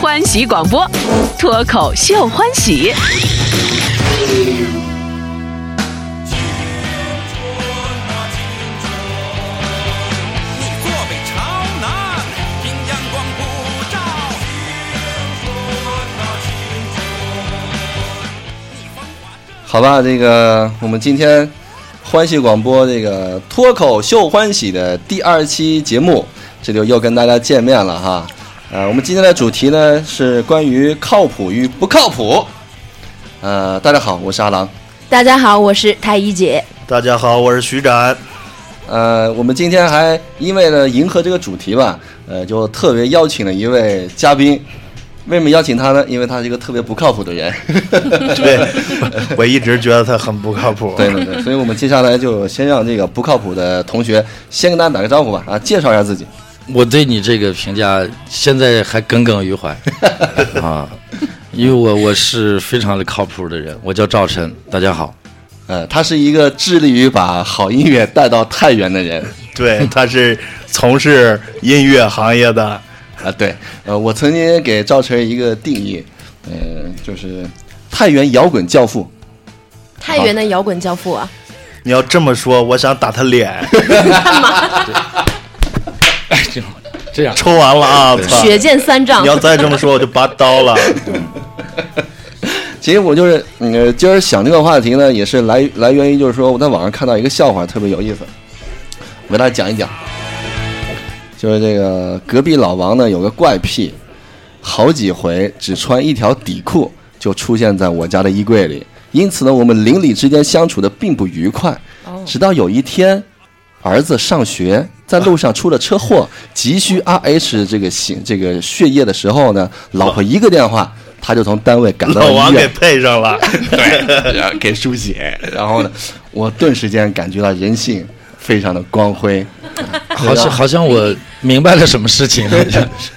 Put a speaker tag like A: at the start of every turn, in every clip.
A: 欢喜广播，脱口秀欢喜。
B: 你坐北朝南，因阳光普照。
C: 好吧，这个我们今天欢喜广播这个脱口秀欢喜的第二期节目，这就又跟大家见面了哈。呃，我们今天的主题呢是关于靠谱与不靠谱。呃，大家好，我是阿郎。
D: 大家好，我是太医姐。
E: 大家好，我是徐 展。
C: 呃，我们今天还因为呢迎合这个主题吧，呃，就特别邀请了一位嘉宾。为什么邀请他呢？因为他是一个特别不靠谱的人。
E: 对，我一直觉得他很不靠谱。
C: 对对对，所以我们接下来就先让这个不靠谱的同学先跟大家打个招呼吧，啊，介绍一下自己。
F: 我对你这个评价现在还耿耿于怀啊，因为我我是非常的靠谱的人，我叫赵晨，大家好，
C: 呃，他是一个致力于把好音乐带到太原的人
E: 对，他是从事音乐行业的。
C: 啊。对，呃，我曾经给赵晨一个定义，呃，就是太原摇滚教父。
D: 太原的摇滚教父啊，
E: 你要这么说，我想打他脸，
F: 哎，这样这样，
E: 抽完了啊！操
D: 血溅三丈
E: 你。要再这么说，我就拔刀 了。
C: 其实我就是，嗯呃，今儿想这个话题呢，也是来来源于就是说我在网上看到一个笑话，特别有意思，我给大家讲一讲。就是这个隔壁老王呢有个怪癖，好几回只穿一条底裤就出现在我家的衣柜里，因此呢我们邻里之间相处的并不愉快。直到有一天，儿子上学在路上出了车祸，急需 RH 这个血这个血液的时候呢，老婆一个电话，他就从单位赶到了
E: 老王
C: 医院
E: 给。配上 了，
C: 对，然后给输血，然后呢，我顿时间感觉到人性非常的光辉，
F: 好像好像我明白了什么事情，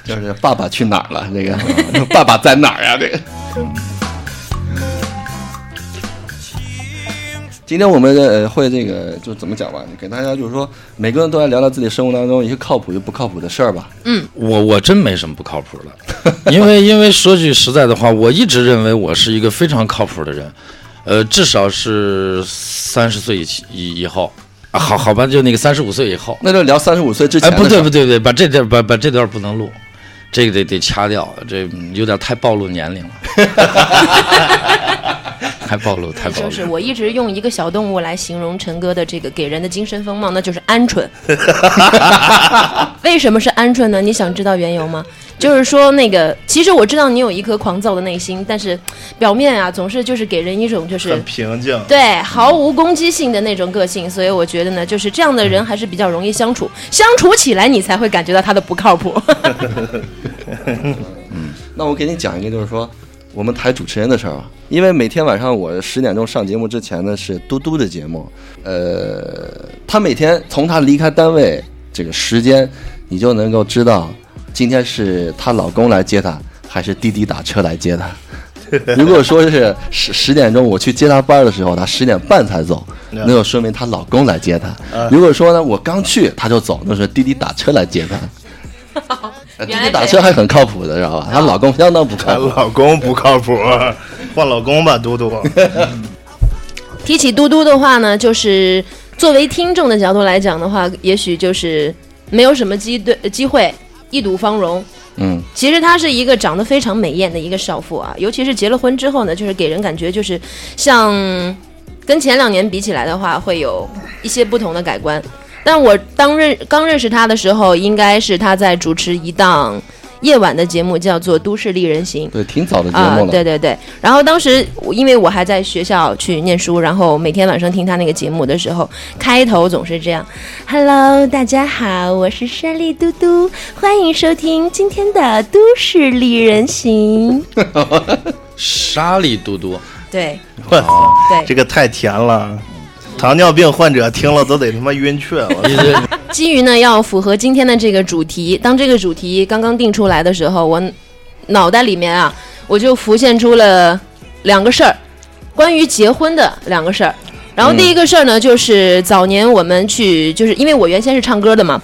C: 就是爸爸去哪儿了？这个爸爸在哪儿啊呀、这个。今天我们呃会这个就怎么讲吧，给大家就是说，每个人都来聊聊自己生活当中一些靠谱与不靠谱的事儿吧。
F: 我我真没什么不靠谱的，因为因为说句实在的话，我一直认为我是一个非常靠谱的人，呃，至少是三十岁以前以以后，啊好好吧，就那个三十五岁以后，
C: 那就聊三十五岁之前
F: 哎，
C: 的
F: 不
C: 事
F: 对
C: 儿
F: 不对不对，把这段把把这段不能录，这个得得掐掉，这嗯有点太暴露 年龄了，太暴露太暴
D: 就
F: 露。
D: 是我一直用一个小动物来形容陈哥的这个给人的精神风貌，那就是鹌 鹑。为什么是鹌鹑呢？你想知道缘由吗？就是说那个，其实我知道你有一颗狂躁的内心，但是表面啊总是就是给人一种就是
E: 很平静。
D: 对毫无攻击性的那种个性，所以我觉得呢，就是这样的人还是比较容易相处，相处起来你才会感觉到他的不靠谱。
C: 那我给你讲一个，就是说我们台主持人的事儿吧。因为每天晚上我十点钟上节目之前呢是嘟嘟的节目，呃，他每天从他离开单位这个时间，你就能够知道今天是她老公来接她，还是滴滴打车来接她。如果说是十十点钟我去接她班儿的时候，她十点半才走，那就说明她老公来接她。如果说呢我刚去她就走，那是滴滴打车来接她。 呃滴
D: 原来
C: 滴打
D: 这
C: 车还很靠谱的，知道吧？
D: 啊
C: 她老公相当不
E: 她
C: 靠谱。
E: 老公不靠谱，换老公吧，嘟 嘟。
D: 提起嘟嘟的话呢，就是作为听众的角度来讲的话，也许就是没有什么机对机会一睹芳容。
C: 嗯，
D: 其实她是一个长得非常美艳的一个少妇啊，尤其是结了婚之后呢，就是给人感觉就是像跟前两年比起来的话，会有一些不同的改观。但我当认刚认识她的时候，应该是她在主持一档夜晚的节目，叫做《都市丽人行》。
C: 对，挺早的节
D: 啊
C: 目，了。
D: 对对对。然后当时我因为我还在学校去念书，然后每天晚上听他那个节目的时候，开头总是这样：“Hello，大家好，我是胜利嘟嘟，欢迎收听今天的《都市丽人行》。
F: 莎莉嘟嘟，”
D: 对
E: 我操，这
D: 对，
E: 个太甜了，糖尿病患者听了都得他妈晕厥。我操
F: 你 这
D: 基于呢要符合今天的这个主题，当这个主题刚刚定出来的时候，我脑袋里面啊，我就浮现出了两个事儿，关于结婚的两个事儿。然后第一个事儿呢，就是早年我们去，就是因为我原先是唱歌的嘛，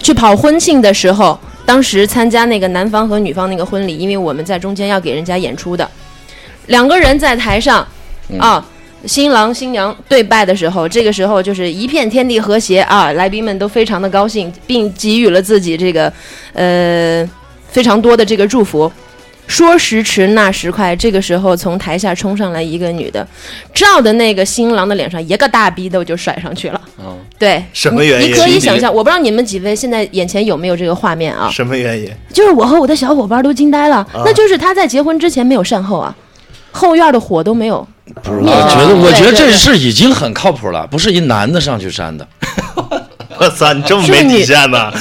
D: 去跑婚庆的时候，当时参加那个男方和女方那个婚礼，因为我们在中间要给人家演出的，两个人在台上
E: 嗯
D: 啊，新郎新娘对拜的时候，这个时候就是一片天地和谐啊，来宾们都非常的高兴，并给予了自己这个呃非常多的这个祝福。说时迟，那时快，这个时候从台下冲上来一个女的，照的那个新郎的脸上一个大逼斗就甩上去了。
C: 啊，
D: 对，
E: 哦什么原因
D: 你可以想象，我不知道你们几位现在眼前有没有这个画面啊？
E: 什么原因？
D: 就是我和我的小伙伴都惊呆了，那就是他在结婚之前没有善后啊，后院的火都没有。
F: 我觉得，我
D: 对
F: 觉得
D: 对
F: 这
D: 对
F: 事已经很靠谱了，不是一男的上去 扇的。
E: 我操，你这么没底线呢？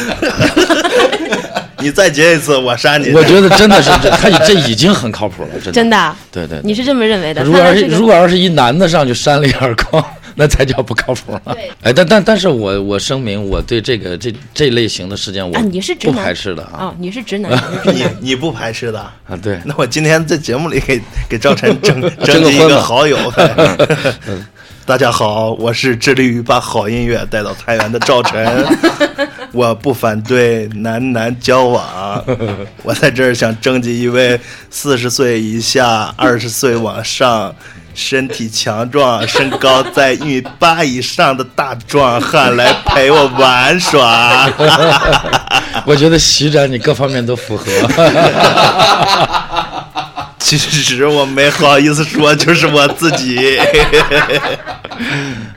E: 你再结一次，我杀你！
F: 我觉得真的是，这他这已经很靠谱了，真的。
D: 真的啊，
F: 对对对
D: 你是这么认为的？
F: 如果要
D: 看来
F: 是
D: 这个
F: 如果要是一男的上去扇了一耳光， 那才叫不靠谱了。哎，但但但是我我声明，我对这个这这类型的事件我
D: 啊，你是直
F: 不
D: 男，
F: 排斥的啊
D: 哦，你是直男，你是直
E: 你
D: 男。
E: 你不排斥的？
F: 啊对。
E: 那我今天在节目里给给赵晨 征
C: 征
E: 征
C: 个
E: 集一
C: 婚吧嗯
E: 个好友呗。 大家好，我是致力于把好音乐带到太原的 赵晨，我不反对男男交往，我在这儿想征集一位四十岁以下、二十岁往上、身体强壮、身高在一米八以上的大壮汉来陪我玩耍。
F: 我觉得徐展你各方面都符合，
E: 其实我没好意思说，就是我自己。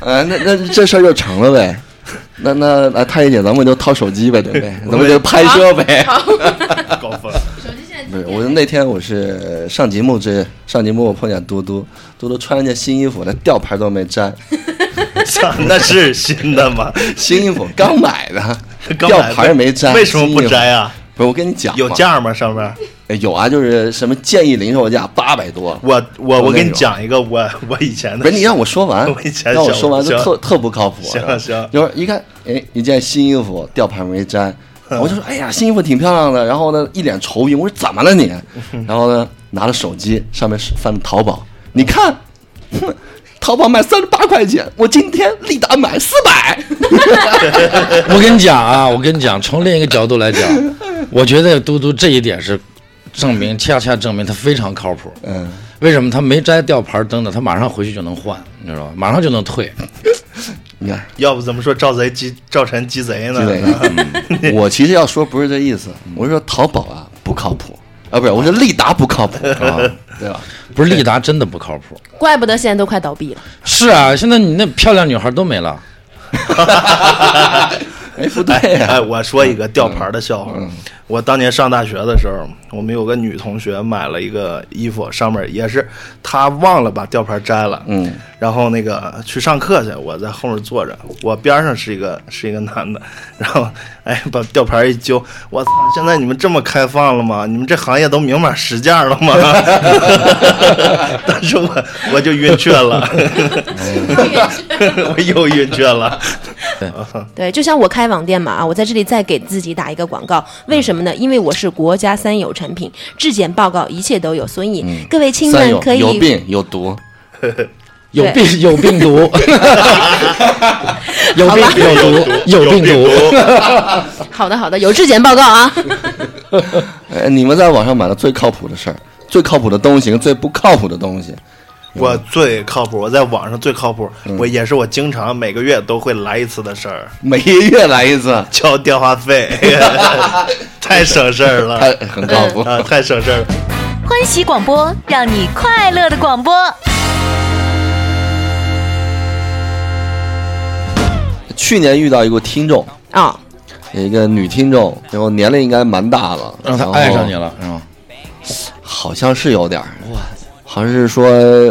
C: 啊，那那这事儿就成了呗。那那那太医姐，咱们就掏手机呗，对 不对？咱们就拍摄呗。
E: 高峰，
C: 不是，我那天我是上节目之上节目，我碰见嘟嘟，嘟嘟穿人家新衣服，连吊牌都没 摘，
E: 操，那是新的吗？
C: 新衣服刚买的，
E: 刚
C: 吊
E: 买的
C: 牌没摘，
E: 为什么不摘
C: 啊？
E: 啊？
C: 不是，我跟你讲嘛，
E: 有价吗？上面？
C: 哎有啊，就是什么建议零售价八百多。
E: 我我
C: 有
E: 我
C: 那
E: 给你
C: 种
E: 讲一个，我我以前的。
C: 不是你让我说完
E: 我以，前
C: 让我
E: 想
C: 说完就
E: 想
C: 特特不靠谱。
E: 行
C: 是吧
E: 行
C: 就是一看，哎，一件新衣服，吊牌没摘，我就说，哎呀，新衣服挺漂亮的。然后呢，一脸愁云，我说怎么了 你？然后呢，拿着手机上面是翻淘宝，你看，哼淘宝卖三十八块钱，我今天立达买四百。
F: 我跟你讲啊，我跟你讲，从另一个角度来讲，我觉得嘟嘟这一点是证明，恰恰证明他非常靠谱。
C: 嗯，
F: 为什么他没摘吊牌灯的？他马上回去就能换，你知道吧？马上就能退。
C: 你看，
E: 要不怎么说赵贼鸡赵晨鸡贼呢？
C: 对，嗯我其实要说不是这意思，我是说淘宝啊不靠谱啊，不是，我说立达不 靠谱，
F: 啊，
C: 对吧？
F: 不是利达真的不靠谱。
D: 怪不得现在都快倒闭了。
F: 是啊，现在你那漂亮女孩都没了。
C: 哎， 不
F: 啊
C: 对呀、
E: 哎，我说一个吊牌的笑话。
F: 嗯
E: 我当年上大学的时候，我们有个女同学买了一个衣服，上面也是她忘了把吊牌摘了。嗯，然后那个去上课去，我在后面坐着，我边上是一个是一个男的，然后哎把吊牌一揪，我操！现在你们这么开放了吗？你们这行业都明码实价了吗？ 当时我我就晕厥了， 我又晕厥了。
D: 对，就像我开网店嘛啊，我在这里再给自己打一个广告，为什么呢？因为我是国家三有产品，质检报告一切都有，所以各位
E: 哎
D: 亲
C: 三
D: 们
C: 有
D: 可以
C: 有病有毒，
F: 有
D: 对
F: 病有病毒，有病有毒有病毒，
D: 好的好的，有质检报告啊。
C: 哎，你们在网上买的最靠谱的事儿、最靠谱的东西跟最不靠谱的东西，
E: 我最靠谱，我在网上最靠谱，
F: 嗯
E: 我也是我经常每个月都会来一次的事儿，
C: 每个月来一
F: 啊
C: 次，
E: 交电话 费，太省事儿了
C: 太很靠谱。
E: 啊，太省事儿了。
G: 欢喜广播，让你快乐的广播。
C: 去年遇到一个听众，
D: 啊、
C: 有一个女听众，然后年龄应该蛮大了，
F: 让他爱上你，了，嗯是吗？
C: 好像是有点儿，好像是说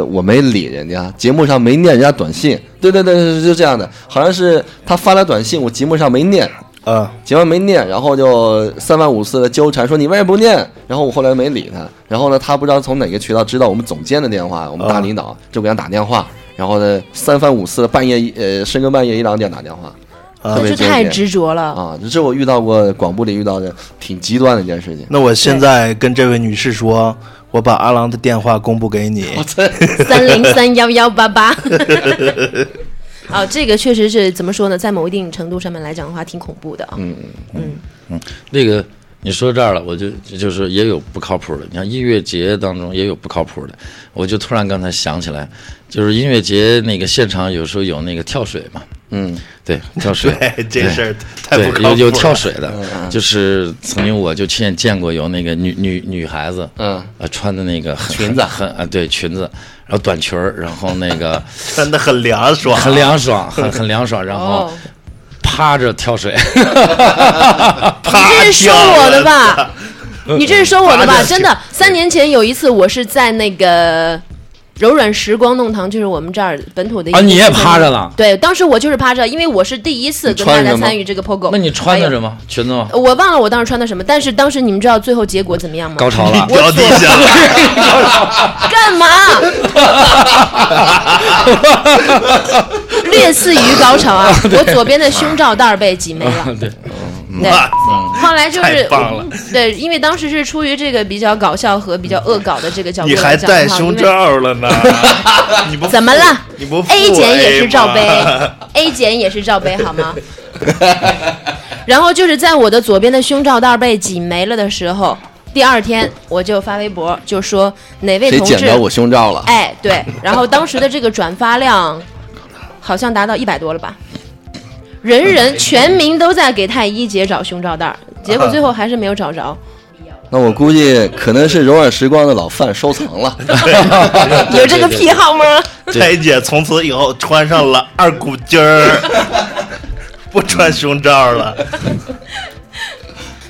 C: 我没理人家，节目上没念人家短信，对对对，就这样的，好像是他发来短信，我节目上没念，
E: 啊，
C: 结完没念，然后就三番五次的纠缠，说你为什么不念？然后我后来没理他，然后呢，他不知道从哪个渠道知道我们总监的电话，我们大领
D: 啊
C: 导就给他打电话，然后呢，三番五次的半夜一呃深更半夜一两点打电话，特别
D: 这
C: 纠
D: 太
C: 结
D: 执着了。
C: 啊！这是我遇到过广播里遇到的挺极端的一件事情。
E: 那我现在跟这位女士说，我把阿郎的电话公布给你。
C: 我操！
D: 三零三幺幺八八。啊，这个确实是怎么说呢，在某一定程度上面来讲的话，挺恐怖的
F: 嗯
D: 啊。
F: 那个你说这儿了，我就就就是也有不靠谱的。你看音乐节当中也有不靠谱的，我就突然刚才想起来，就是音乐节那个现场有时候有那个跳水嘛，
C: 嗯，
F: 对，跳水，
E: 对哎这
F: 对
E: 事儿太
F: 对
E: 不，靠谱
F: 有有
E: 了。嗯
F: 跳水的，就是曾经我就见见过有那个女女女孩子，
C: 嗯
F: 呃，穿的那个很
C: 裙子
F: 很啊，对裙子，然后短裙儿，然后那 个
E: 真的很凉爽，
F: 很凉爽，很很凉爽，然后
D: 哦，
F: 趴着跳水，
E: 哦
D: 你这是说我的 吧？你这是说我的
E: 爬
D: 吧？
E: 着
D: 真的，三年前有一次，我是在那个柔软时光弄堂，就是我们这儿本土的一个
F: 啊你也
D: 地方
F: 趴着了
D: 对，当时我就是趴着，因为我是第一次跟
C: 你
D: 大
C: 穿着
D: 家
C: 吗
D: 参与这个 POGO。
F: 那你穿
D: 还
F: 的
D: 有
F: 什
E: 哎
F: 么裙子吗？
D: 我忘了我当时穿的什么，但是当时你们知道最后结果怎么样吗？
F: 高潮了，
E: 掉地下了，
D: 干嘛？略似于高潮 啊！我左边的胸罩带儿被挤没了。对，
E: 哇
D: 后来就
E: 嗯太
D: 是嗯
E: 棒了！
D: 对，因为当时是出于这个比较搞笑和比较恶搞的这个角度
E: 你还
D: 来讲的话
E: 戴胸。罩了 呢？你
D: 因
E: 不
D: 为怎么了
E: 你不
D: ？A
E: 复
D: 减也是
E: A
D: 罩杯
E: 吗
D: ，A 减也是罩杯，好吗？ 然后就是在我的左边的胸罩带儿被挤没了的时候，第二天我就发微博就说哪位
C: 谁
D: 同志
C: 捡到我胸罩了？
D: 哎，对，然后当时的这个转发量好像达到一百多了吧，人人全民都在给太一姐找胸罩带儿，结果最后还是没有找着。
C: 那我估计可能是柔软时光的老范收藏 了。
D: 有这个癖好吗？
E: 蔡姐从此以后穿上了二股筋儿， 不穿胸罩了。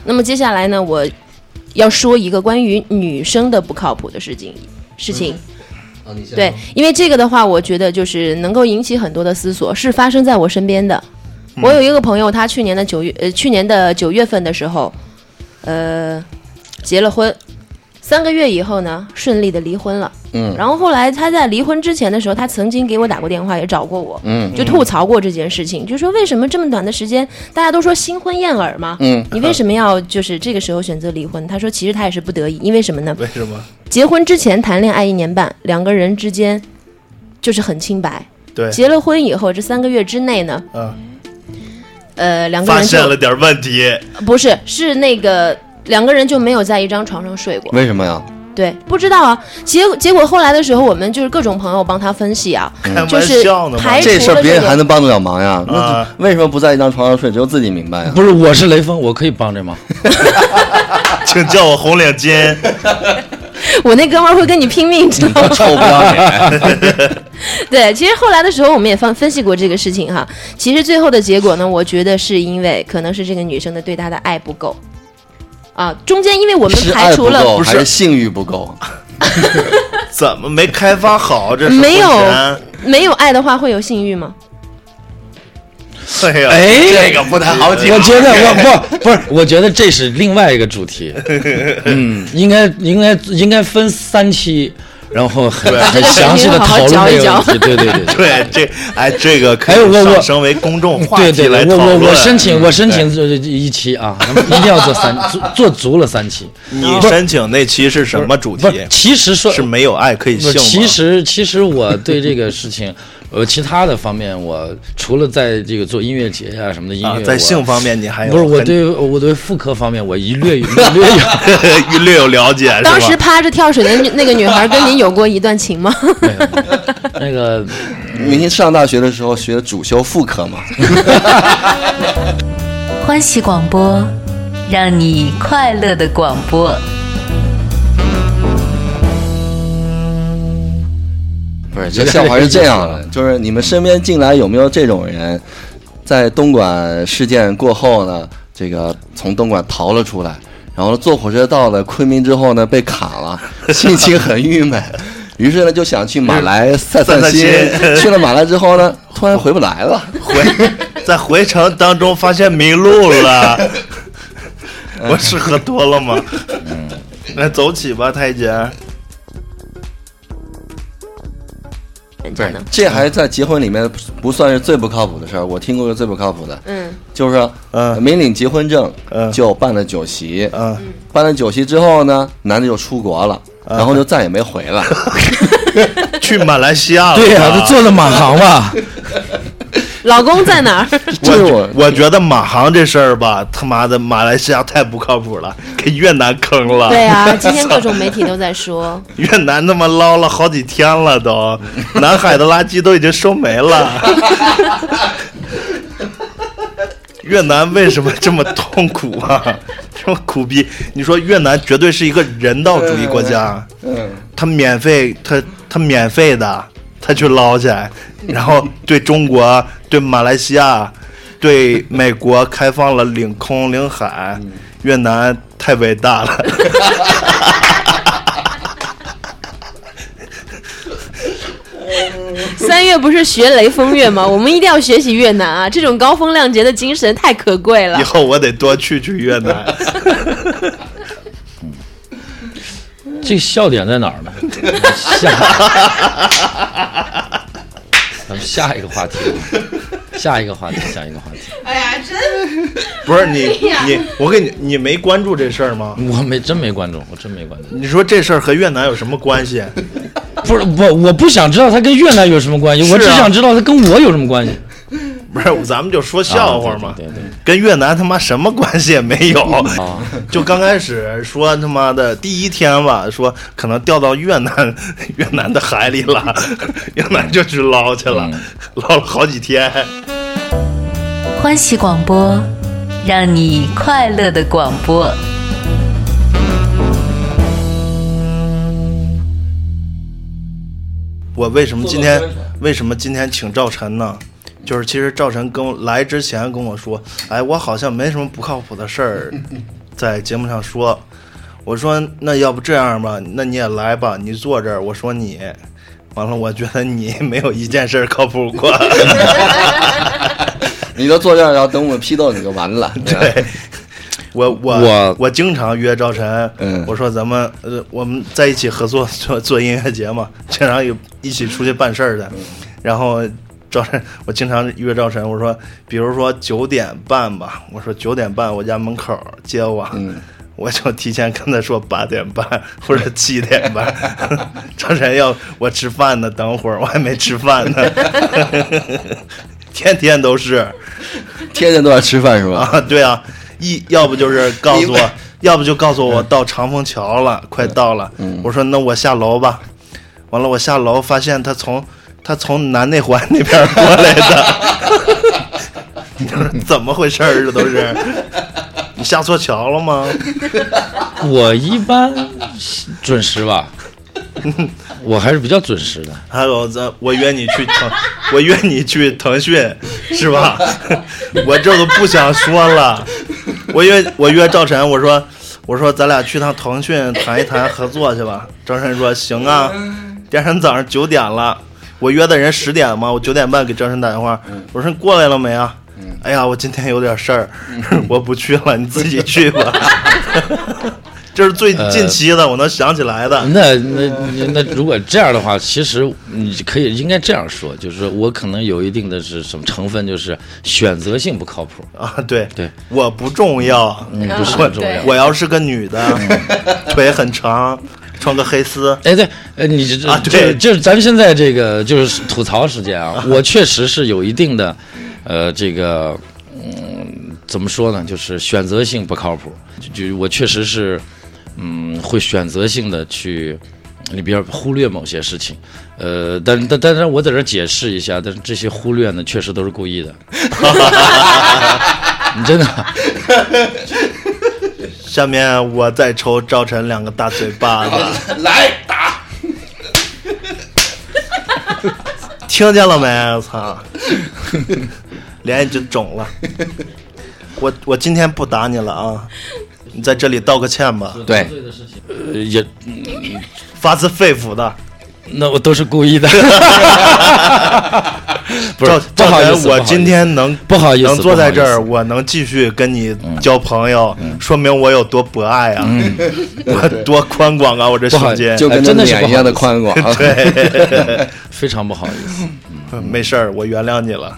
D: 那么接下来呢，我要说一个关于女生的不靠谱的事情。事情
C: 嗯哦
D: 对，因为这个的话，我觉得就是能够引起很多的思索，是发生在我身边的。
C: 嗯
D: 我有一个朋友，他去年的九月，呃，去年的九月份的时候，呃，结了婚，三个月以后呢，顺利的离婚了。
C: 嗯
D: 然后后来他在离婚之前的时候，他曾经给我打过电话，也找过我，
C: 嗯，
D: 就吐槽过这件事情，就说为什么这么短的时间，大家都说新婚燕尔嘛，
C: 嗯，
D: 你为什么要就是这个时候选择离婚？他说其实他也是不得已，因为什么呢？
E: 为什么？
D: 结婚之前谈恋爱一年半，两个人之间就是很清白，
E: 对，
D: 结了婚以后这三个月之内呢，
E: 嗯，
D: 呃，两个
E: 发
D: 人
E: 现了
D: 就
E: 点问题，
D: 不是是那个两个人就没有在一张床上睡过。
C: 为什么呀？
E: 嗯
D: 对，不知道啊。结结果后来的时候，我们就是各种朋友帮他分析啊，
E: 开
D: 就
E: 玩
D: 是
E: 笑呢嘛
D: 哎排。除
C: 这事儿
D: 了
C: 别人
D: 这个
C: 还能帮得了忙呀？那
E: 啊
C: 为什么不在一张床上睡？只有自己明 白呀。
F: 不是，我是雷锋，我可以帮 这忙。
E: 请叫我红领巾。
D: 我那哥们儿会跟你拼命，你知道吗？
C: 臭不要脸！
D: 对，其实后来的时候，我们也分分析过这个事情哈。其实最后的结果呢，我觉得是因为可能是这个女生的对他的爱不够啊。中间因为我们
C: 是
D: 排
C: 爱
D: 除
C: 不
D: 了
C: 够，还
E: 不
C: 是
E: 是
C: 性欲不够？
E: 怎么没开发好？这是
D: 没有
E: 婚前
D: 没有爱的话，会有性欲吗？
E: 哎呀，
F: 哎
E: 这个不太好讲。
F: 我觉得我不不是，我觉得这是另外一个主题。 嗯，应该应该应该分三期，然后很
E: 对
F: 很详细的讨论这个问题。对对对。
E: 对这哎，这个可
F: 哎
E: 以
F: 我我
E: 上升为公众话
F: 对
E: 题
F: 对
E: 来
F: 对，
E: 讨
F: 我我
E: 论。
F: 我申请，我申请
E: 对。
F: 这这一期啊， 咱们一定要做三，做做足了三期。
E: 你
F: 不是
E: 申请那期是什么主
F: 不是
E: 题，？
F: 其实说
E: 是没有爱可以
F: 不
E: 性
F: 是，
E: 吗？
F: 其实其实我对这个事情，呃，其他的方面，我除了在这个做音乐节啊什么的音乐，
E: 啊，在
F: 我
E: 性方面你还有
F: 不是我
E: 哎很
F: 对我对妇科方面我一略有一略有。
E: 一 略有了解，是吧
D: 当时趴着跳水的那那个女孩跟您有过一段 情吗？
F: 没有那个
C: 您上大学的时候学主修妇科嘛？
G: 欢喜广播，让你快乐的广播。
C: 不是，这笑话是这样的，就是你们身边近来有没有这种人，在东莞事件过后呢，这个从东莞逃了出来，然后坐火车到了昆明之后呢，被卡了， 心情很郁闷，于是呢就想去马来 散
E: 散
C: 心，
E: 心
C: 去了马来之后呢，突然回不来了。
E: 回 在回程当中发现迷路了，我是喝多了吗？那走起吧，太监。
D: 人家呢？
C: 这还在结婚里面不算是最不靠谱的事儿，我听过最不靠谱的，
D: 嗯，
C: 就是说
E: 嗯
C: 没领结婚证
E: 嗯
C: 就办了酒席，
E: 嗯，
C: 办了酒席之后呢，男的就出国了，然后就再也没回来。
E: 去马来西亚了。
F: 对呀、他做的马航吧？
D: 老公在 哪儿？
C: 这是我
E: 我我觉得马航这事儿吧，他妈的马来西亚太不靠谱了，给越南坑了。
D: 对啊，今天各种媒体都 在说，
E: 越南他妈捞了好几天了都，南海的垃圾都已经收没了。越南为什么这么痛苦啊？ 这么苦逼？你说越南绝对是一个人道主义国家，
C: 嗯，
E: 他免费，他他免费的，他去捞去，然后对中国、对马来西亚、对美国开放了领空领海，越南太伟大了。
D: 三月不是学雷锋月吗？我们一定要学习越南啊！这种高风亮节的精神太可贵了
E: 以。后我得多去去越南。
F: 这个笑点在哪儿呢？下，咱们下一个话题吧，下一个话题，下一个话题。
E: 不是你你，我跟你，你没关注这事儿吗？
F: 我没真没关注，我真没关注。
E: 你说这事儿和越南有什么关系？
F: 不是我，我不想知道它跟越南有什么关系，
E: 是啊
F: 我只想知道它跟我有什么关系。
E: 不是，咱们就说笑话嘛，
F: 啊对对对对
E: 跟越南他妈什么关系也没有。
F: 啊，
E: 就刚开始说他妈的第一天吧，说可能掉到越南 越南的海里了， 越南就去捞去
F: 嗯
E: 了，捞了好几天。
G: 欢喜广播，让你快乐的广播。
E: 我为什么今天为什么今天请赵晨呢？就是其实赵晨跟我来之前跟我说，哎，我好像没什么不靠谱的事儿，在节目上说。我说那要不这样吧，那你也来吧，你坐这儿。我说你，完了，我觉得你没有一件事儿靠谱过。
C: 你都坐这儿，然后等我们批斗你就完了。
E: 对，我我
F: 我
E: 我经常约赵晨，
C: 嗯
E: 我说咱们呃我们在一起合作 做做音乐节嘛，经常有一起出去办事儿的，然后。赵晨，我经常约赵晨，我说，比如说九点半吧，我说九点半我家门口接我，我就提前跟他说八点半 或者七点半。 赵晨要我吃饭呢，等会儿我还没吃饭呢， 天天都是。
C: 天天都在吃饭是吧？
E: 啊，对啊，一要不就是告诉
C: 明
E: 我
C: 白，嗯
E: 要不就告诉我到长风桥了，快到了。我说那我下楼吧。完了，我下楼发现他从他从南内环那边过来的， 你说怎么回事儿？这都是你下错桥了吗？
F: 我一般准时吧，我还是比较准时的。
E: 还有咱我约你去腾，我约你去腾讯，是吧？ 我这都不想说了。我约我约赵晨，我说我说咱俩去趟腾讯谈一谈合作去吧。赵晨说行啊。第二天早上九点了，我约的人十点嘛，我九点半给赵晨打电话，我说你过来了没啊？哎呀，我今天有点事儿， 我不去了，你自己去吧。 这是最近期的，我能想起来的。
F: 那那那那如果这样的话，其实你可以应该这样说，就是说我可能有一定的是什么成分，就是选择性不靠谱。
E: 啊，对
F: 对，嗯
E: 我不重要，嗯
F: 不是
E: 我
F: 很重要嗯
E: 我要是个女的， 腿很长，穿个黑丝，
F: 哎，对，呃，你这这、
E: 啊
F: 这
E: 对
F: 就是咱们现在这个就是吐槽时间啊，我确实是有一定的，呃，这个，嗯，怎么说呢，就是选择性不靠谱，就就我确实是，嗯，会选择性的去，你比如忽略某些事情，呃，但但但是我在这儿解释一下，但是这些忽略呢，确实都是故意的， 你真的，
E: 下面我再抽赵晨两个大嘴巴子，
C: 来打，
E: 听见了没？我操，脸已经肿了。我我今天不打你了啊，你在这里道个歉吧，
C: 对，
F: 呃也
E: 发自肺腑的。
F: 那我都是故意的， 不是
E: 赵
F: 不
E: 赵
F: 好意
E: 晨，
F: 思，
E: 我
F: 不好意思
E: 今天能
F: 不好意思
E: 能坐在这
F: 不
E: 儿，
F: 好意思嗯
E: 我能继续跟你交朋友，说明我有多博爱啊， 我多宽广啊，我这
F: 不好
E: 胸襟。
C: 就跟
F: 哎
C: 他
F: 真的是
C: 脸一样的宽广。
E: 对，
F: 非常不好意思。嗯
E: 没事儿，我原谅你了。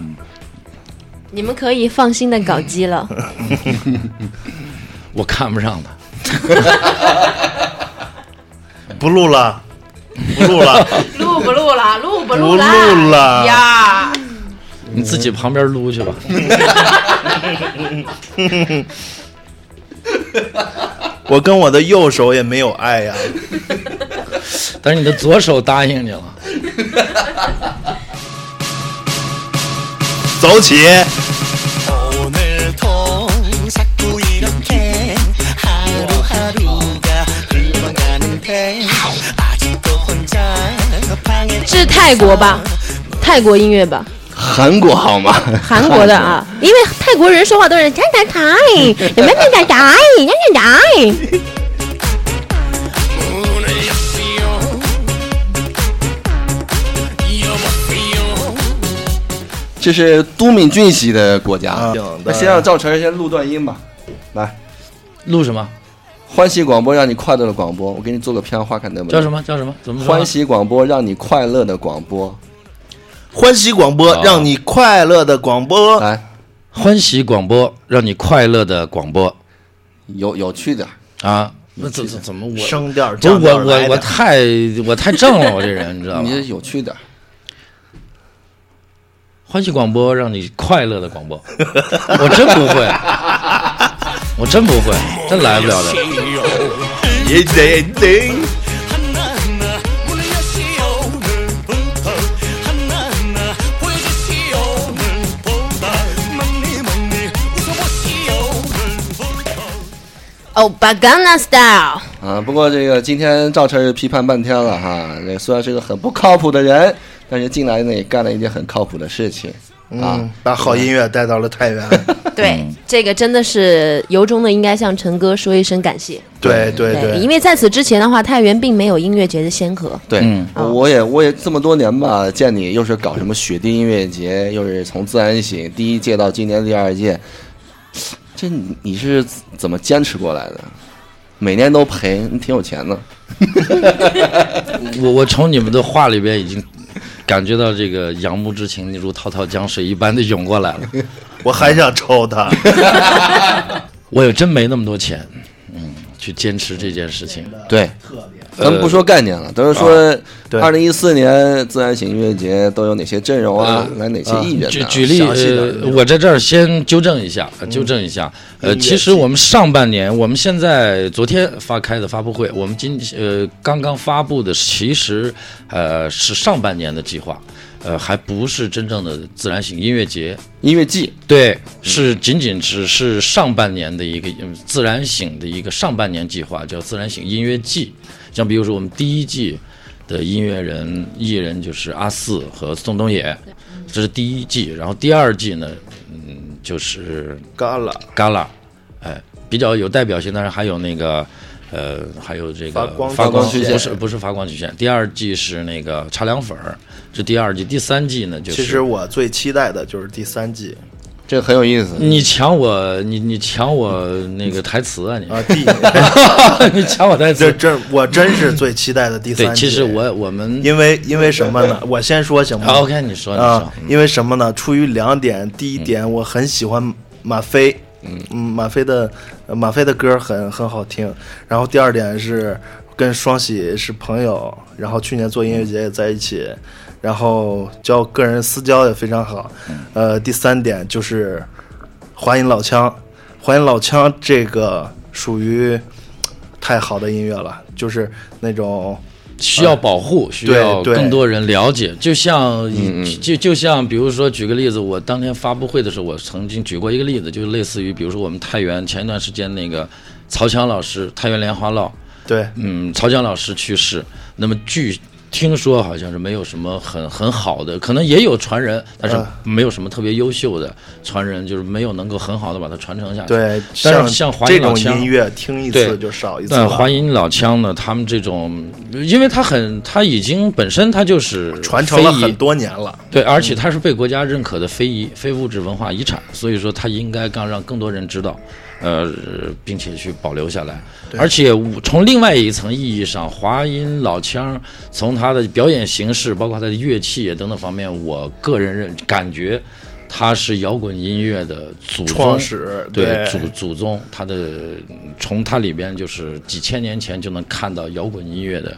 D: 你们可以放心的搞基了。
F: 我看不上他，
E: 不录了，不录了，
D: 录不录啦？录不哎
E: 不录了。
D: 呀？
F: 你自己旁边撸去吧。
E: 我跟我的右手也没有爱呀、
F: 但是你的左手答应你了，
E: 走 起！
H: 오늘도 자꾸 이렇게 하루하루가 흘러가는데 아직도 혼자 그 방에
D: 是泰国吧？泰国音乐吧，
C: 韩国好吗？
D: 韩国的啊，因为 泰国人说话都是哒哒哒，你们哒哒哒，哒哒哒。
H: 울렸어요 여보세요
C: 这是都敏俊系的国家。
E: 啊
C: 那先让赵晨先录段音吧，来，
F: 录什么？
C: 欢喜广播让你快乐的广播，我给你做个片花，看能不能
F: 叫什？么？叫什么？怎么说？
C: 欢喜广播让你快乐的广播，
E: 欢喜广播，
F: 啊
E: 让你快乐的广
F: 哦
E: 播。
C: 来，
F: 欢喜广播，让你快乐的广播
C: 有有趣点儿。
F: 啊！那怎怎怎么我？
E: 声调
F: 不是
E: 降调
F: 我
E: 来的
F: 我我太我太正了，我这人你知道
C: 你
F: 吗
C: 这？有趣点儿，
F: 欢喜广播让你快乐的广播， 我真不会， 我真不会，真来不了的。
E: 예딩딩
H: 하나하나 울렸어요 오늘부터 하나하나 보여주세요 오늘보다 막니 막니 웃어보시오 오늘부터
D: 哦，巴干纳 style，
C: 啊，不过这个今天赵晨批判半天了哈，这个虽然是个很不靠谱的人，但是进来呢也干了一件很靠谱的事情啊
E: 嗯。，把好音乐带到了太 原。
D: 对，这个真的是由衷的，应该向陈哥说一声感谢。
E: 对对对，
D: 因为在此之前的话，太原并没有音乐节的先河。
C: 对，
F: 嗯
C: 我我也我也这么多年吧，见你又是搞什么雪地音乐节，又是从自然醒第一届到今年第二届，这你你是怎么坚持过来的？每年都赔，你挺有钱的。
F: 我我从你们的话里边已经感觉到这个仰慕之情如滔滔江水一般的涌过来了。
E: 我还想抽 他。
F: 我也真没那么多钱，嗯，去坚持这件事情。
C: 对，咱们不说概念了，都是说
E: 对
C: 二零一四年自然醒音乐节都有哪些阵容啊，来哪些艺人、啊
F: 举举例，
E: 详细的
F: 呃，我在这儿先纠正一下，呃纠正一下。呃，其实我们上半年，我们现在昨天发开的发布会，我们今呃刚刚发布的，其实呃是上半年的计划，呃，还不是真正的自然醒音乐节。
C: 音乐季，
F: 对，是仅仅只是上半年的一个嗯自然醒的一个上半年计划，叫自然醒音乐季。像比如说我们第一季的音乐人艺人就是阿四和宋冬野，这是第一季。然后第二季呢，嗯，就是
E: 干了，
F: Gala，哎，比较有代表性，但是还有那个。呃，还有这个
E: 发光
C: 发光曲线
F: 不是不是发光曲线，第二季是那个茶凉粉儿，这第二季，第三季呢就是
E: 其实我最期待的就是第三季
C: 这个很有意思。
F: 你抢我，你你抢我那个台词啊！你、
E: 啊，第
F: 你抢我台
E: 这
F: 词。
E: 这我真是最期待的第三
F: 对，
E: 季。
F: 其实我我们
E: 因为因为什么呢？ 我先说行吗
F: 啊，OK，你说你嗯
E: 啊
F: 说，，
E: 因为什么呢？出于两点，第一点，我很喜欢马飞，嗯，马飞的呃马飞的歌很很好听。然后第二点是跟双喜是朋友，然后去年做音乐节也在一起，然后交个人私交也非常好。
F: 嗯
E: 呃，第三点就是华阴老腔，华阴老腔这个属于太好的音乐了，就是那种。
F: 需要保护，需要
E: 啊对嗯
F: 更多人了解。就像就就像比如说，举个例子，我当天发布会的时候，我曾经举过一个例子，就类似于比如说我们太原前一段时间那个曹强老师，太原莲花落，
E: 对，
F: 嗯，曹江老师去世，那么据听说好像是没有什么很很好的，可能也有传人，但
E: 呃
F: 是没有什么特别优秀的传人，就是没有能够很好的把它传承下去。
E: 对，
F: 但
E: 像
F: 是像华
E: 这
F: 阴老
E: 种音
F: 腔，
E: 乐听一
F: 对
E: 次就少一次
F: 但
E: 了。
F: 华阴老腔呢，他们这种，因为他很，他已经本身他就是
E: 传承了
F: 非遗
E: 很多年了，
F: 对，而且它是被国家认可的非遗、非物质文化遗产，所以说它应该更让更多人知道，呃，并且去保留下来。而且我从另外一层意义上，华阴老腔从它的表演形式，包括它的乐器等等方面，我个人认感觉。它是摇滚音乐的祖宗
E: 创始
F: 对
E: 对
F: 祖祖宗，它的从它里边就是几千年前就能看到摇滚音乐的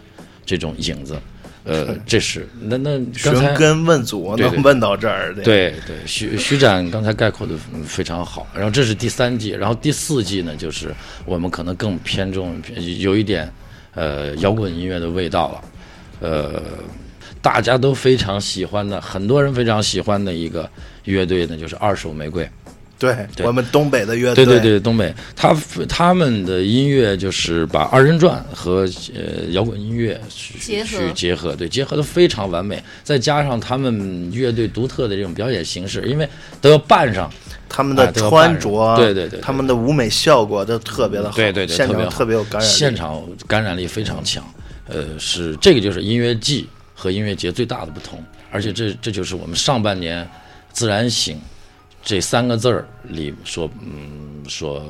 F: 这种影子。呃，这是那那刚才
E: 寻根问祖
F: 对对
E: 能问到这儿的，
F: 对对，徐徐展刚才概括的非常好。然后这是第三季，然后第四季呢，就是我们可能更偏重有一点呃摇滚音乐的味道了，呃，大家都非常喜欢的，很多人非常喜欢的一个乐队呢，就是二手玫瑰。
E: 对
F: 对
E: 我们东北的乐
F: 对
E: 队，
F: 对对，东北，他他们的音乐就是把二人转和呃摇滚音乐去
D: 结合
F: 去结合，对，结合的非常完美。再加上他们乐队独特的这种表演形式，因为都要扮上，
E: 他们的
F: 啊都要
E: 穿
F: 扮
E: 着
F: 上
E: 啊，
F: 对对对对
E: 他们的舞美效果都特别的好，
F: 对对对，
E: 现
F: 别
E: 场
F: 特
E: 别有感染力，
F: 现场感染力非常强。呃，是这个就是音乐季和音乐节最大的不同，而且这这就是我们上半年“自然醒”这三个字儿里所嗯所呃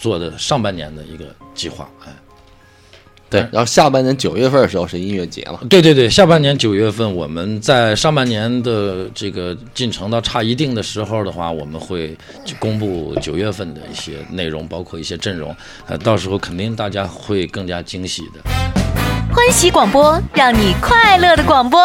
F: 做的上半年的一个计划，哎。
C: 对，然后下半年九月份的时候是音乐节嘛，
F: 对对对，下半年九月份，我们在上半年的这个进程到差一定的时候的话，我们会就公布九月份的一些内容，包括一些阵容，呃，到时候肯定大家会更加惊喜的。
G: 欢喜广播，让你快乐的广播。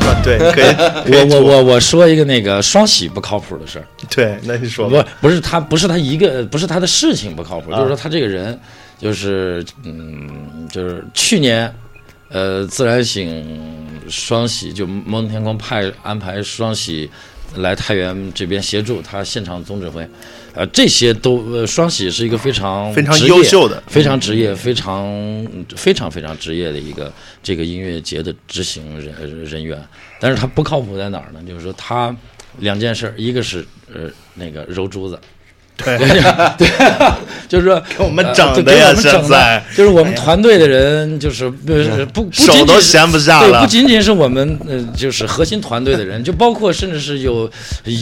E: 啊对，可以，
F: 我我我我说一个那个双喜不靠谱的事儿，
E: 对，那你说吧啊
F: 不，不是他不是他一个不是他的事情不靠谱，就是说他这个人，就是嗯，就是去年，呃，自然醒双喜就摩登天空派安排双喜来太原这边协助他现场总指挥，呃，这些都呃双喜是一个非常
E: 非常
F: 职业
E: 优秀的
F: 非常职业、非常非常非常职业的一个这个音乐节的执行人呃人员。但是他不靠谱在哪儿呢？就是说他两件事儿，一个是呃那个揉珠子。对 对，就是说
E: 给我们
F: 呃
E: 整的
F: 对给
E: 呀
F: 我们整的
E: 现在哎
F: 就是我们团队的人，就是不是不不
E: 手
F: 仅
E: 都
F: 仅是
E: 闲不下
F: 对
E: 了
F: 不仅仅是我们呃，就是核心团队的人，就包括甚至是有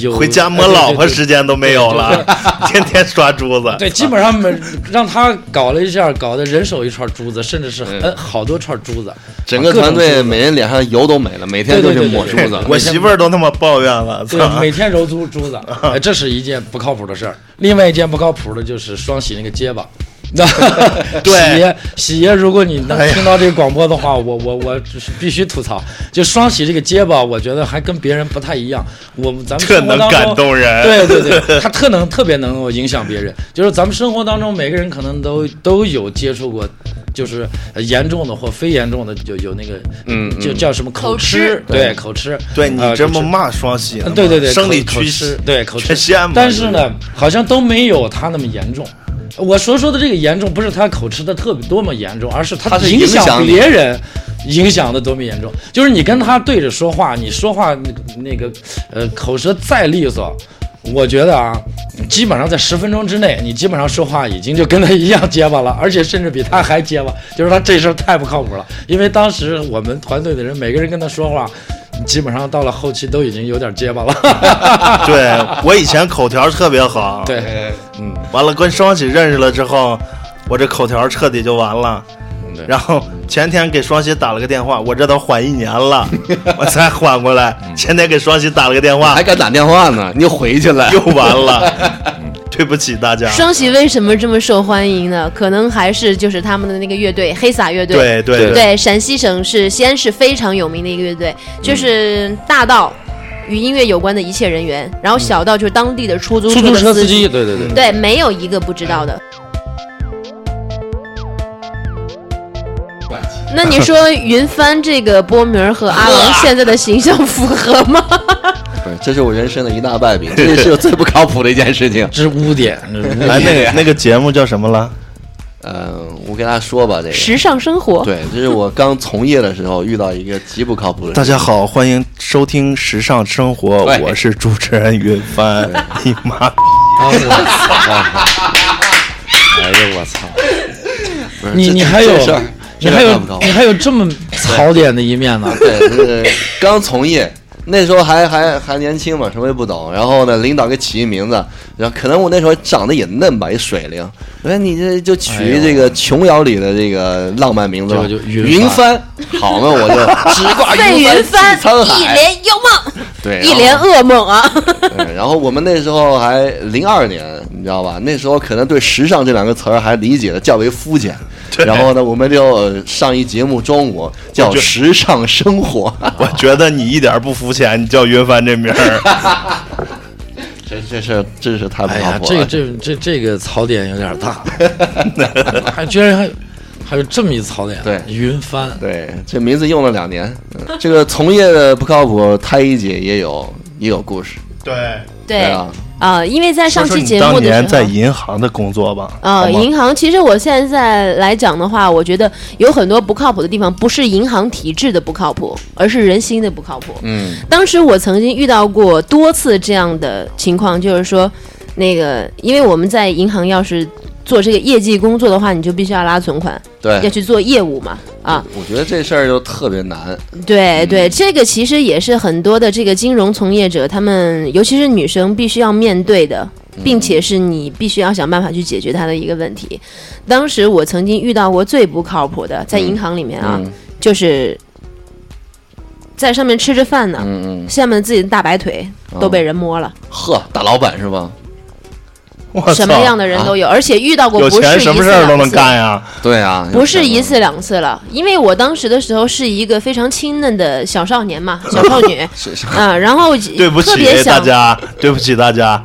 F: 有
E: 回家摸
F: 呃对
E: 老婆
F: 对对
E: 时间都没有了，啊天天刷珠子，
F: 对，基本上没让他搞了一下，搞得人手一串珠子，甚至是很好多串珠子，啊
C: 整个
F: 各种
C: 团队
F: 珠子
C: 每人脸上油都没了，每天就
F: 对对
C: 是
F: 对对
C: 抹珠
F: 对
C: 子。
E: 我媳妇儿都那么抱怨了，
F: 对，
E: 操
F: 每天揉珠珠 子，哎，这是一件不靠谱的事儿。另外一件不靠谱的就是双喜那个结巴。
E: 对
F: 喜爷，喜爷，如果你能
E: 哎呀
F: 听到这个广播的话，我我我就是必须吐槽，就双喜这个结巴，我觉得还跟别人不太一样。我们咱们
E: 特
F: 生活
E: 能
F: 当中
E: 感动人
F: 对 对对，他特能特别能够影响别人。就是咱们生活当中每个人可能都都有接触过，就是呃严重的或非严重的，有有那个嗯，就叫什么口
D: 口
F: 吃
D: 吃，
F: 对口吃，
E: 对你
F: 呃
E: 这
F: 口吃
E: 么骂双喜呢吗，
F: 嗯，对对对，
E: 生理
F: 口口
E: 缺
F: 吃，对口
E: 缺
F: 吃
E: 陷嘛
F: 但是呢，好像都没有他那么严重。我所说的这个严重，不是他口吃的特别多么严重，而是他
C: 它是
F: 影
C: 影响
F: 响
C: 你
F: 别人，影响的多么严重。就是你跟他对着说话，你说话那个呃口舌再利索。我觉得啊，基本上在十分钟之内，你基本上说话已经就跟他一样结巴了， 而且甚至比他还结巴。就是他这事儿太不靠谱了，因为当时我们团队的人每个人跟他说话，基本上到了后期都已经有点结巴了。
E: 对我以前口条特别好，，
F: 对，
E: 完了跟双喜认识了之后，我这口条彻底就完了。
F: 嗯对
E: 然后前天给双喜打了个电话，我这都缓一年了， 我才缓过来。
F: 嗯
E: 前天给双喜打了个电话
C: 还，敢打电话呢？你就回去了。
E: 又完了，
F: 嗯
E: 对不起大家。
D: 双喜为什么这么受欢迎呢？可能还是就是他们的那个乐队黑撒乐队，
E: 对对
F: 对
D: 对，陕西省是西安市非常有名的一个乐队，就是大到与音乐有关的一切人员，然后小到就是当地的出租
F: 出租
D: 的
F: 车司
D: 机
F: 机，，对对对，
D: 对，没有一个不知道的。那你说云帆这个波名儿和阿郎现在的形象符合吗？
C: 不是，这是我人生的一大败 笔，这是最不靠谱的一件事情。
F: 这是污点，这是污点
E: 哎，那个那个节目叫什么了？
C: 呃，我跟大家说吧，这个
D: 时尚生活，
C: 对，这是我刚从业的时候遇到一个极不靠谱的人。
E: 大家好，欢迎收听《时尚生活
C: 对》，
E: 我是主持人云帆。 你妈！
F: 啊我操！哎呀，我操！
C: 不是
F: 你
C: 这
F: 你
C: 这
F: 还
C: 这事
F: 有
C: 儿，
F: 你
C: 这事儿
F: 还
C: 靠不靠
F: 有
C: 谱
F: 你还有这么槽点的一面呢？
C: 对，就是刚从业。那时候还还还年轻嘛，什么也不懂。然后呢，领导给起一名字，然后可能我那时候长得也嫩吧，一水灵，所以你这就取这个琼瑶里的这个浪漫名字吧，
F: 这哎个就云
C: 云帆，好嘛，我就 直 挂
D: 费云
C: 帆
D: 帆
C: 济沧
D: 一
C: 海，哎
D: 帘幽梦，
C: 对，
D: 一帘噩梦啊！
C: 然 后嗯对然后我们那时候还零二年，你知道吧？那时候可能对“时尚”这两个词儿还理解的较为肤 浅。然后呢，我们就呃上一节目中午叫“时尚生 活
E: 我觉得你一点儿不肤浅，你叫云帆这名儿，”，
C: 这这是真是太不
F: 哎
C: 靠
F: 呀，
C: 谱
F: 这
C: 了。啊
F: 个这这这个槽点有点大，还居然还还有这么一槽点，
C: 对
F: 云帆，
C: 对，这名字用了两年。嗯这个从业的不靠谱，太医姐也有也有故事。
E: 对，
D: 对
C: 啊，
D: 啊，因为在上
E: 说
D: 期
E: 说你
D: 节目
E: 当
D: 的时候，
E: 年在银行的工作吧，
D: 呃，银行其实我现在来讲的话，我觉得有很多不靠谱的地方，不是银行体制的不靠谱，而是人心的不靠谱。嗯，当时我曾经遇到过多次这样的情况，就是说，那个因为我们在银行要是做这个业绩工作的话，你就必须要拉存款，
C: 对
D: 要去做业务嘛，啊，
C: 我觉得这事儿就特别难。
D: 对
E: 嗯
D: 对，这个其实也是很多的这个金融从业者，他们尤其是女生必须要面对的，
E: 嗯
D: 并且是你必须要想办法去解决它的一个问题。当时我曾经遇到过最不靠谱的，在银行里面啊，
C: 嗯
D: 就是在上面吃着饭呢，
C: 嗯嗯，
D: 下面自己的大白腿
E: 哦
D: 都被人摸了，
C: 呵，大老板是吧？
E: 我操，啊
D: 什么样的人都有，而且遇到过
E: 有
D: 不是
E: 钱
D: 一
E: 什
D: 次
E: 么事儿都
D: 两
E: 能
D: 次。
E: 干嗯呀？
C: 对啊，
D: 不是一次两次了，因为我当时的时候是一个非常青嫩的小少年嘛，小少女，
C: 是是
D: 啊， 然后
E: 对不
D: 特别
E: 起大
D: 想，
E: 家，对不起大家，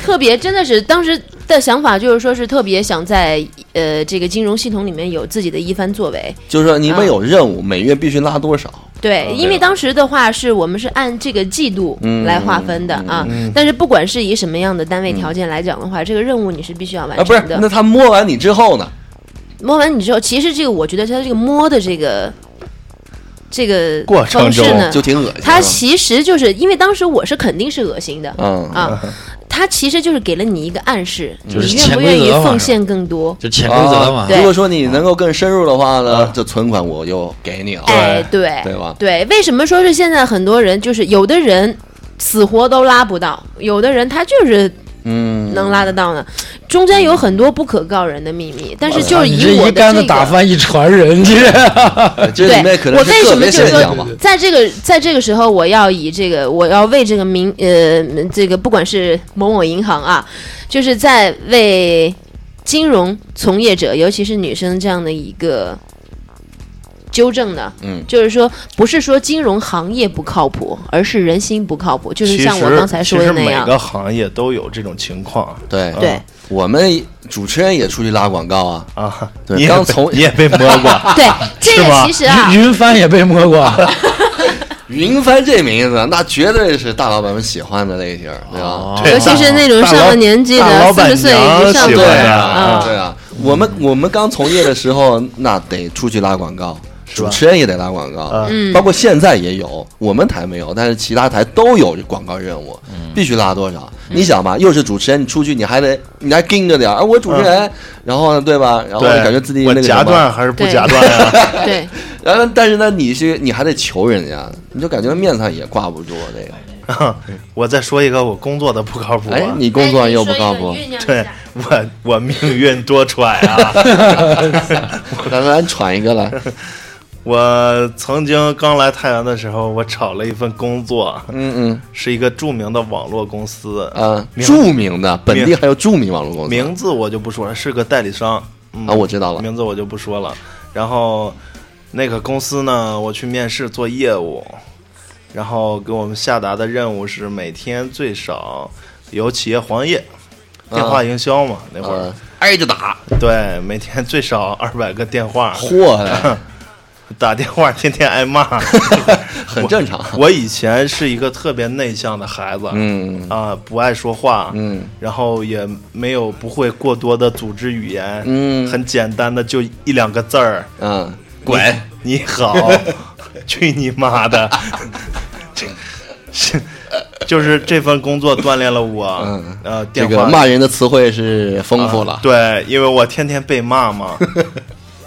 D: 特别真的是当时的想法就是说是特别想在呃这个金融系统里面有自己的一番作为。
C: 就是说你们
D: 嗯
C: 有任务，每月必须拉多少？
E: 哦
D: 对，因为
E: 啊
D: 当时的话是我们是按这个季度
E: 嗯
D: 来划分的啊，但是不管是以什么样的单位条件来讲的话，这个任务你是必须要完
C: 啊，不是
D: 成，
C: 那
D: 的。
C: 他摸完你之后呢？
D: 摸完你之后，其实这个我觉得它这个摸的这个这个
E: 过程
D: 方式
E: 中
D: 呢
C: 就，挺恶心的。
D: 它其实就是因为当时我是肯定是恶心的，
C: 嗯
D: 啊，它其实就是给了你一个暗示，
F: 嗯就是
D: 你愿不
F: 潜规
D: 愿意
F: 则嘛
D: 奉献更多？
F: 就潜规则嘛
C: 啊。
D: 对
C: 如果说你能够更深入的话呢，这存款我就给你了。
D: 哎，对，
C: 对吧
D: 对，为什么说是现在很多人就是有的人死活都拉不到，有的人他就是
C: 嗯，
D: 能拉得到呢？中间有很多不可告人的秘密，但是就是
F: 嗯啊你
D: 以
F: 这
D: 我
F: 一
D: 的
F: 竿
D: 这
F: 子
D: 个。
F: 打翻一船人，你这
C: 这
D: 对
C: 里面可能
D: 我
C: 是
D: 为
C: 个
D: 什么
C: 别
D: 就是
C: 现
D: 说
C: 象吧。
D: 在这个在这个时候，我要以这个，我要为这个民呃，这个不管是某某银行啊，就是在为金融从业者，尤其是女生这样的一个纠正的，
C: 嗯
D: 就是说不是说金融行业不靠谱，而是人心不靠谱，就是
E: 其
D: 像我
E: 实
D: 刚才说
E: 其
D: 的
E: 实
D: 那
E: 每
D: 样，
E: 个行业都有这种情况
C: 对啊
D: 对。
C: 我们主持人也出去拉广告啊，
E: 啊。
C: 对
E: 你也
C: 刚
E: 被
C: 从
E: 你也被摸 过，啊
D: 对，这
E: 是
D: 个
E: 吗
D: 其实啊，
F: 云帆也被摸过，
C: 云帆这名字那绝对是大老板们喜欢的类型，对吧？
E: 对
D: 尤其是那种上了年纪
E: 大老
D: 的四
E: 板
D: 十岁
E: 娘
D: 以上
E: 喜
D: 的
E: 欢
C: 对
E: 呀
C: 啊，
D: 嗯
C: 对啊，我们我们刚从业的时候，那得出去拉广告。主持人也得拉广告，
E: 嗯
C: 包括现在也有，我们台没有，但是其他台都有广告任务，
E: 嗯
C: 必须拉多少？你想吧，又是主持人，你出去你还得你还盯着点儿，啊，我主持人，然后呢，对吧？然后
E: 嗯对，
C: 你感觉自己
E: 我
C: 那个什
E: 夹
C: 么
E: 断还是不
D: 对
E: 夹断呀？
D: 对。
C: 然后，但是呢，你是你还得求人家，你就感觉面上也挂不住这个。
E: 啊我再说一个我工作的不靠谱啊，
C: 哎，你工作又不靠
D: 哎
C: 谱，
E: 对我我命运多舛啊！
C: 咱咱喘一个来。
E: 我曾经刚来太原的时候，我找了一份工作，
C: 嗯
E: 是一个著名的网络公司
C: 嗯，啊，
E: 名
C: 著名的本地还有著名网络公司
E: 名字我就不说了，是个代理商。嗯、
C: 啊，我知道了。
E: 名字我就不说了。然后那个公司呢，我去面试做业务，然后给我们下达的任务是每天最少有企业黄页，电
C: 啊
E: 话营销嘛，那会儿
C: 嗯，挨着打，
E: 对，每天最少二百个电话，
C: 嚯嘞，
E: 打电话天天挨骂，
C: 很正常。
E: 我以前是一个特别内向的孩子，
C: 嗯
E: 啊，不爱说话，
C: 嗯，
E: 然后也没有不会过多的组织语言，
C: 嗯
E: 很简单的就一两个字儿，
C: 嗯，滚！
E: 你你好， 去你妈的！这 是就是这份工作锻炼了我，
C: 嗯
E: 呃，
C: 这
E: 电
C: 个
E: 话啊
C: 骂人的词汇是丰富了。
E: 对，因为我天天被骂嘛。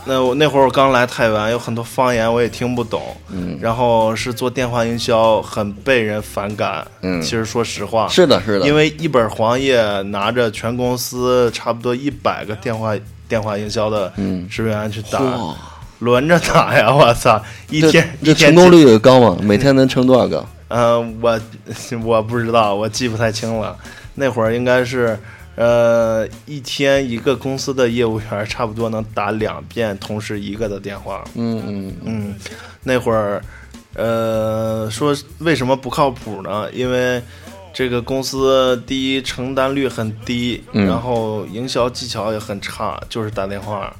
E: 那我那会儿我刚来太原，有很多方言我也听不懂，嗯，然后是做电话营销，很被人反感。
C: 嗯
E: 其实说实话，
C: 是的，是的，
E: 因为一本黄页拿着全公司差不多一百个电话电话营销的职员去打，
C: 嗯嚯
E: 轮着打呀！我操，一
C: 这
E: 天一
C: 这
E: 天
C: 成功率高吗？每天能成多少个？
E: 呃，我 我不知道，我记不太清了。那会儿应该是，呃，一天一个公司的业务员差不多能打两遍同时一个的电话。
C: 嗯嗯
E: 嗯，那会儿，呃，说为什么不靠谱呢？因为这个公司第一承担率很低，
C: 嗯
E: 然后营销技巧也很差，就是打电话，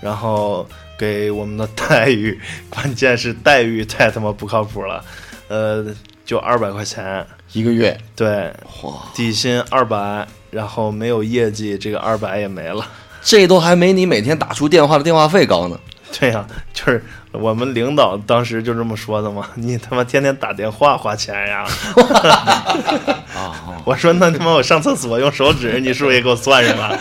E: 然后给我们的 待遇，关键是待遇太他妈不靠谱了，呃，就二百块钱，
C: 一个月，
E: 对，
C: 哇，
E: 底薪二百，然后没有业绩，这个二百也没了。
C: 这都还没你每天打出电话的电话费高呢。
E: 对呀、就是我们领导当时就这么说的嘛， 你他妈天天打电话花钱呀！我说那他妈我上厕所用手指，你是不是也给我算上了？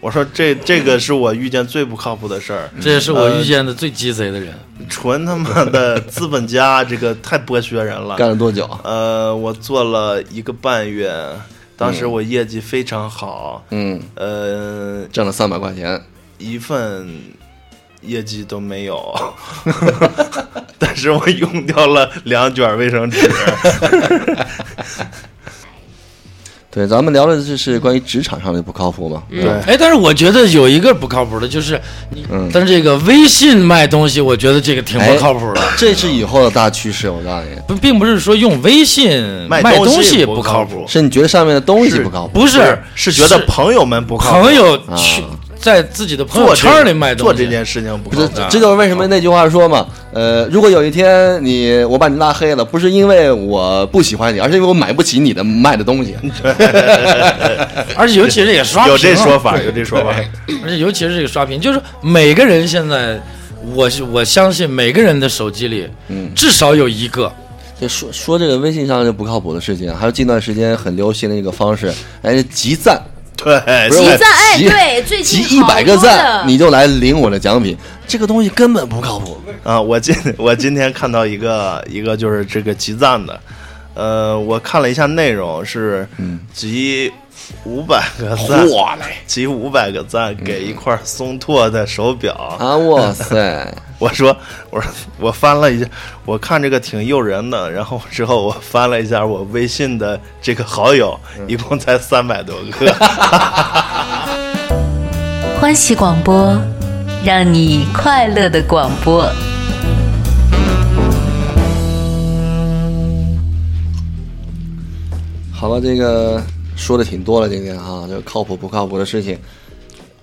E: 我说这这个是我遇见最不靠谱的事儿，
F: 这也是我遇见的最鸡贼的人。
E: 纯他妈的资本家，这个太剥削人了。
C: 干了多久？啊
E: 呃，我做了一个半月，当时我业绩非常好，
C: 嗯，
E: 呃，
C: 挣了三百块钱。
E: 一份业绩都没 有，但是我用掉了两卷卫生纸。
C: 对，咱们聊的就是关于职场上的不靠谱嘛。
E: 嗯
C: 对，
F: 哎，但是我觉得有一个不靠谱的，就是你，但是这个微信卖东西，我觉得这个挺不靠谱的。
C: 这是以后的大趋势，我告诉你。
F: 不，并不是说用微信
E: 卖
F: 卖
E: 东西
F: 西
E: 不
F: 靠
E: 靠
F: 啊
E: 谱
C: 是你觉得上面的东西不靠谱？
F: 不是
E: 是觉得朋友们不靠谱
F: 朋友
C: 啊
F: 去在自己的朋友
E: 做这
F: 圈里卖东
E: 做
F: 西，
E: 这件事情不
C: 不
E: 靠
C: 是
E: 谱，。啊
C: 这就是为什么那句话说嘛，呃，如果有一天你我把你拉黑了，不是因为我不喜欢你，而是因为我买不起你的卖的东西。
F: 而且尤其是也刷屏啊
E: 有这说法，有这说法。
F: 而且尤其是这个刷屏，就是每个人现在，我是我相信每个人的手机里，
E: 嗯
F: 至少有一个。
C: 就说说这个微信上就不靠谱的事情，还有近段时间很流行的一个方式，哎，集赞，
E: 对，
C: 不是
D: 集赞哎
C: 集
D: 对最近
C: 集一百个
D: 好多的
C: 赞你就来领我的奖品，这个东西根本不靠谱。
E: 啊，我今我今天看到一个一个就是这个集赞的，呃，我看了一下内容是集五百个赞，
C: 嚯嘞！
E: 集五百个赞给一块松拓的手表
C: 啊，哇塞！
E: 我说，我说我翻了一下，我看这个挺诱人的，然后之后我翻了一下我微信的这个好友，一共才三百多个。
G: 欢喜广播，让你快乐的广播。
C: 好吧，这个说的挺多了，今天啊，这个靠谱不靠谱的事情，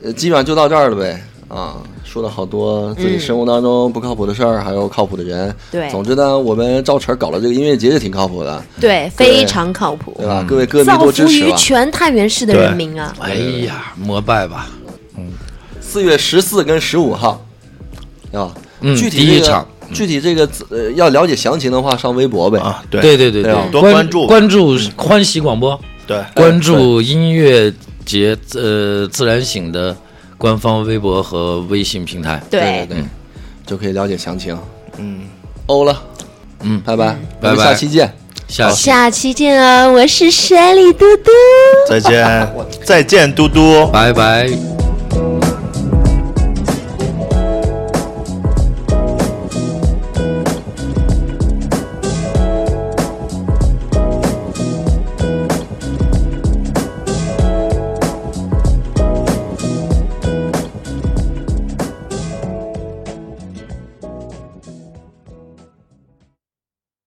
C: 呃，基本上就到这儿了呗。啊，说了好多自己生活当中不靠谱的事儿，还有靠谱的人。
D: 对
C: 总之呢，我们赵晨搞了这个音乐节是挺靠谱的，
D: 对，非常靠谱，
C: 对吧？各位歌迷
D: 造
C: 多支
D: 福
C: 持啊
D: 于
C: 吧。
D: 全太原市的人民啊！
F: 哎呀，膜拜吧！
C: 四月十四跟十五号，对吧？
F: 嗯
C: 具体、
F: 第
C: 这个、
F: 一场
C: 具体这个呃，要了解详情的话，上微博呗。
E: 啊，对
F: 对对对
C: 对啊
E: 多关注哎
F: 关注欢喜广播，
E: 对
F: 关注音乐节呃自然醒的官方微博和微信平台。
C: 对
D: 对，
C: 对，就可以了解详情。
E: 嗯，
C: 欧了，
F: 嗯
C: 拜拜，
F: 拜
C: 我们
F: 拜
C: 下期见。
F: 下期
D: 下期哦见啊！我是山里嘟嘟。
E: 再见，再见，嘟嘟。
F: 拜拜。